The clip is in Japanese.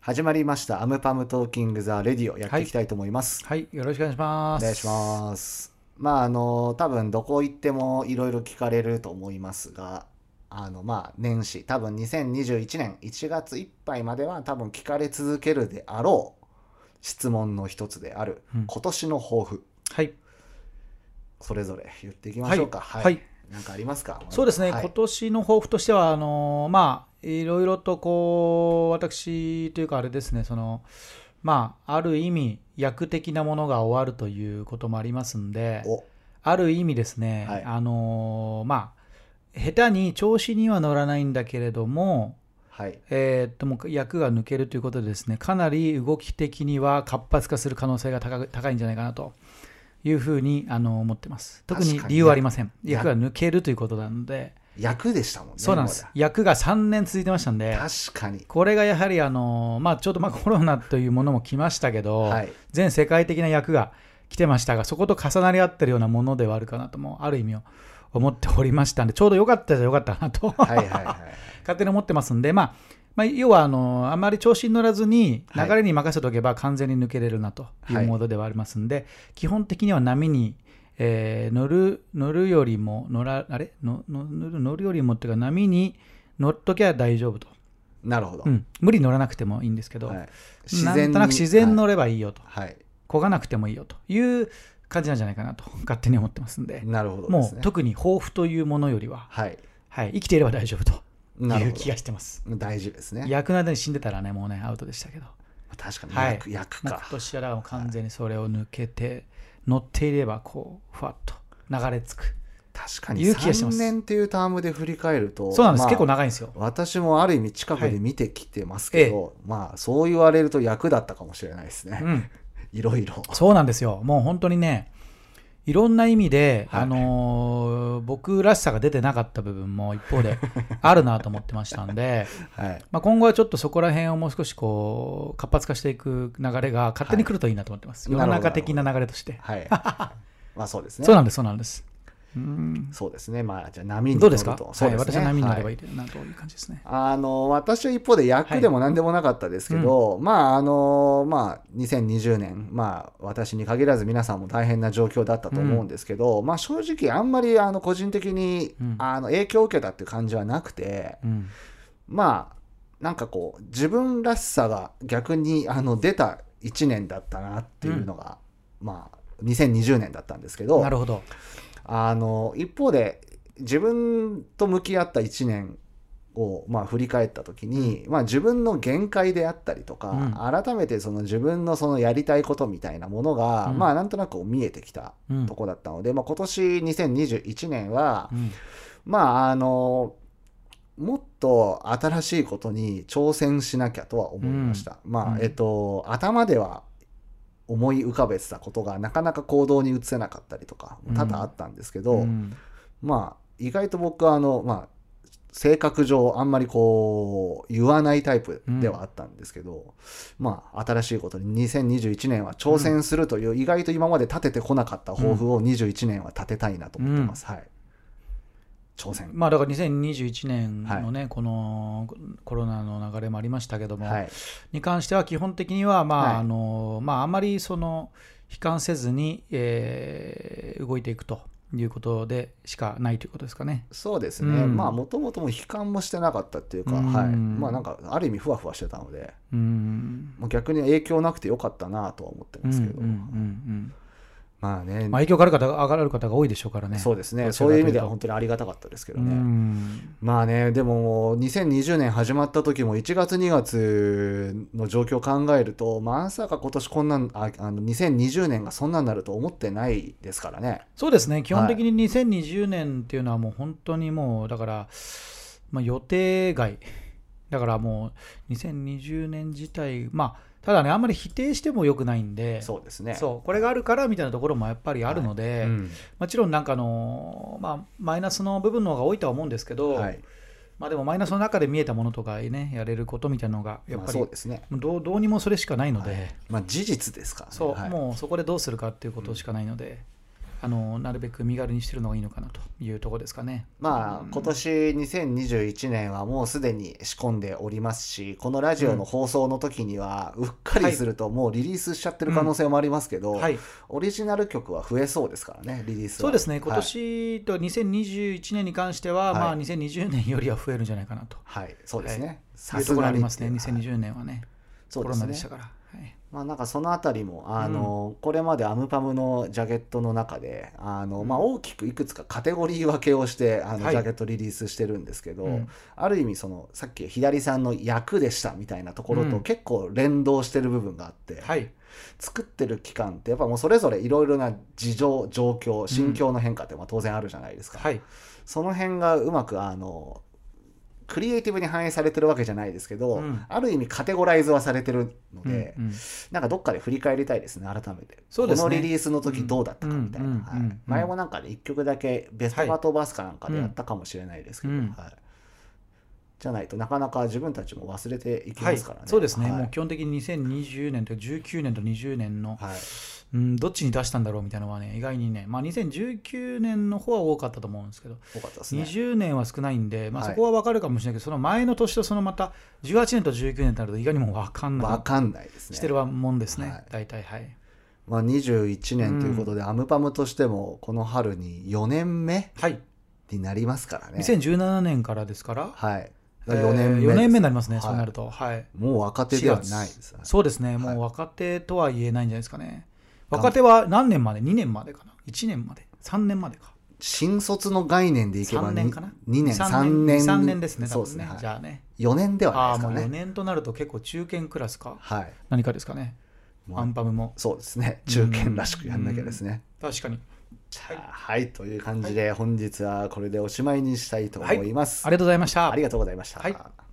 始まりました「アムパムトーキング・ザ・レディオ」やっていきたいと思います、はい、よろしくお願いします。お願いしますまああの多分どこ行ってもいろいろ聞かれると思いますがあのまあ年始多分2021年1月いっぱいまでは多分聞かれ続けるであろう質問の一つである、うん今年の抱負はい、それぞれ言っていきましょうかははいい、はいなんかありますかそうですね、はい今年の抱負としては、あのーまあ、いろいろとこう、私というか、あれですね、その、まあ、ある意味、役的なものが終わるということもありますんで、おある意味ですね、はいあのーまあ、下手に調子には乗らないんだけれども、はいえーっともう役が抜けるということでですねかなり動き的には活発化する可能性が高く高いんじゃないかなというふうにあの思ってます特に確かに理由はありませんや役が抜けるということなので役でしたもんねそうなんです役が3年続いてましたん今でまで確かにこれがやはりあの、まあ、ちょっとまあコロナというものも来ましたけど、はい全世界的な役が来てましたがそこと重なり合ってるようなものではあるかなともある意味を思っておりましたんでちょうど良かったじゃ良かったなと、はいはい はい勝手に思ってますんで、まあ、まあ、要はあの、あまり調子に乗らずに、流はいれに任せておけば完全に抜けれるなといはういモードではありますんで、基本的には波に、えー乗る、乗るよりも、乗ら、あれのの乗る乗るよりもっていうか、波に乗っときゃ大丈夫と。なるほど、うん。無理に乗らなくてもいいんですけど、はい、なんとなく自然に乗ればいいよと。はい、はい焦がなくてもいいよという感じなんじゃないかなと、勝手に思ってますんで。なるほどですもねう特に抱負というものよりは、はいはい、生きていれば大丈夫とないるうほ気がしてます。ど大事ですね役の間に死んでたらね、もうね、アウトでしたけど、確かにはい役,、役まあか今年はだからもう完全にそれを抜けて、乗っていれば、こう、ふわっと流れ着く。確かにいう気がしてます3年っていうタームで振り返るとそうなんです、まあ結構長いんですよ。私もある意味近くで見てきてますけど、まあそう言われると役だったかもしれないですね、うん、いろいろそうなんですよ。もう本当にね、いろんな意味で、はいあのー僕らしさが出てなかった部分も一 方であるなと思ってましたんで、はいまあ、今後はちょっとそこら辺をもう少しこう活発化していく流れが勝手に来るといいなと思ってます。はい世の中的な流れとして。はい まあそうですねそうなんです、そうなんです。うんそうですねまあじゃあ波に乗どうるでとすかそうはい、ですね私は波に乗ればいいいなという感じですね。あの私は一方で役でも何でもなかったですけど、まああのまあ2020年まあ私に限らず皆さんも大変な状況だったと思うんですけど、まあ正直あんまりあの個人的に、うんあの影響を受けたっていう感じはなくてうんまあなんかこう自分らしさが逆にあの出た1年だったなっていうのが、まあ2020年だったんですけどなるほど。あの一方で自分と向き合った1年を、まあ、振り返った時に、まあ、自分の限界であったりとか、改めてその自分のそのやりたいことみたいなものが、うんまあなんとなくこう見えてきたうんとこだったので、まあ、今年2021年はう、んまああのもっと新しいことに挑戦しなきゃとは思いました。まあ、うんえっと頭では思い浮かべてたことがなかなか行動に移せなかったりとかうん多々あったんですけど、うんまあ意外と僕はあのまあ性格上あんまりこう言わないタイプではあったんですけど、まあ新しいことに2021年は挑戦するという、意外と今まで立ててこなかった抱負を21年は立てたいなと思ってます、はい挑戦まあだから2021年のね、このコロナの流れもありましたけども、はい、に関しては基本的には、まあ、はいあの、まあ、あまりその、悲観せずに、えー動いていくということでしかないということですかね。そうですね、うんまあもともとも悲観もしてなかったっていうか、うんはい、まあなんかある意味ふわふわしてたので、うん。まあ、逆に影響なくてよかったなとは思ってますけど、うんうんうんまあね、うんまあ、影響がある方が、上がる方が多いでしょうからね。そうでですねどちそらかうといいううと意味では本当にありがたかったですけどね、ね。まあねでももう2020年始まった時も1月2月の状況を考えるとまさか今年こんなんああの2020年がそんなんなると思ってないですからねそうですね、基本的に2020年っていうのは、もう本当にもう、だから、まあ、予定外、だからもう、2020年自体、まあ、ただね、あんまり否定してもよくないんで、そうですねそうこれがあるからみたいなところもやっぱりあるので、うんもちろんなんかあの、まあ、マイナスの部分の方が多いとは思うんですけど、はいまあ、でもマイナスの中で見えたものとかね、やれることみたいなのが、やっまあぱり、そうですねもうどうどうにもそれしかないので。はいまあ事実ですからねそう、はいもうそこでどうするかっていうことしかないので、あのなるべく身軽にしてるのがいいのかなというところですかね。まあ今年2021年はもうすでに仕込んでおりますしこのラジオの放送の時にはうっかりするともうリリースしちゃってる可能性もありますけど、はい、オリジナル曲は増えそうですからねリリースはそうですね、はい今年と2021年に関しては、はいまあ、2020年よりは増えるんじゃないかなとはい、そうですねいうところありますね、さすがにっていうはい2020年はね、そうコでロすナねでしたから。はいまあ、なんかそのあたりもあの、これまでアムパムのジャケットの中であの、まあ、大きくいくつかカテゴリー分けをしてあの、はいジャケットリリースしてるんですけど、うんある意味そのさっき左さんの役でしたみたいなところうとん結構連動してる部分があって、はい、作ってる期間ってやっぱもうそれぞれいろいろな事情状況心境の変化ってまあ当然あるじゃないですか、はい、その辺がうまくあのクリエイティブに反映されてるわけじゃないですけど、うんある意味カテゴライズはされてるので。うんうんなんかどっかで振り返りたいですね、改めて。そうですねこのリリースの時どうだったかみたいな。うんはいうんうん前もなんかね、1曲だけベストバトバスかなんかでやったかもしれないですけど、うんはいじゃないとなかなか自分たちも忘れていきはまいすからね。そうですね、はいもう基本的に2020年と19年と20年の、はいうん、どっちに出したんだろうみたいなのはね、意外にね、まあ、2019年の方は多かったと思うんですけど、多かったですね。 20年は少ないんで、まあ、はそいこは分かるかもしれないけど、その前の年とそのまた18年と19年となると、意外にもう分かんないわかんないですね。してるもんですね、はい大体はい。まあ、21年ということで、アムパムとしても、この春に4年目はい、になりますからね。 2017年からですから、はい。え4年目です。 4年目になりますね、はいそうなると。はい、もう若手ではないです。 4月そうですね、はもいう若手とは言えないんじゃないですかね。頑張若手は何年まで ?2 年までかな ?1 年まで ?3 年までか。新卒の概念でいけば3年かな2年、3年。 3年ですね、多そうで分すね。ねはい。じゃあね。 4年であはあー、なもいうです4かね。年となると結構中堅クラスか、はい、何かですかね、まあアンパムも。そうですね。中堅らしくやんなきゃですね。確かに。はい、はいという感じで本日はこれでおしまいにしたいと思います。ありがとうございましたあ。りがとうございました。はい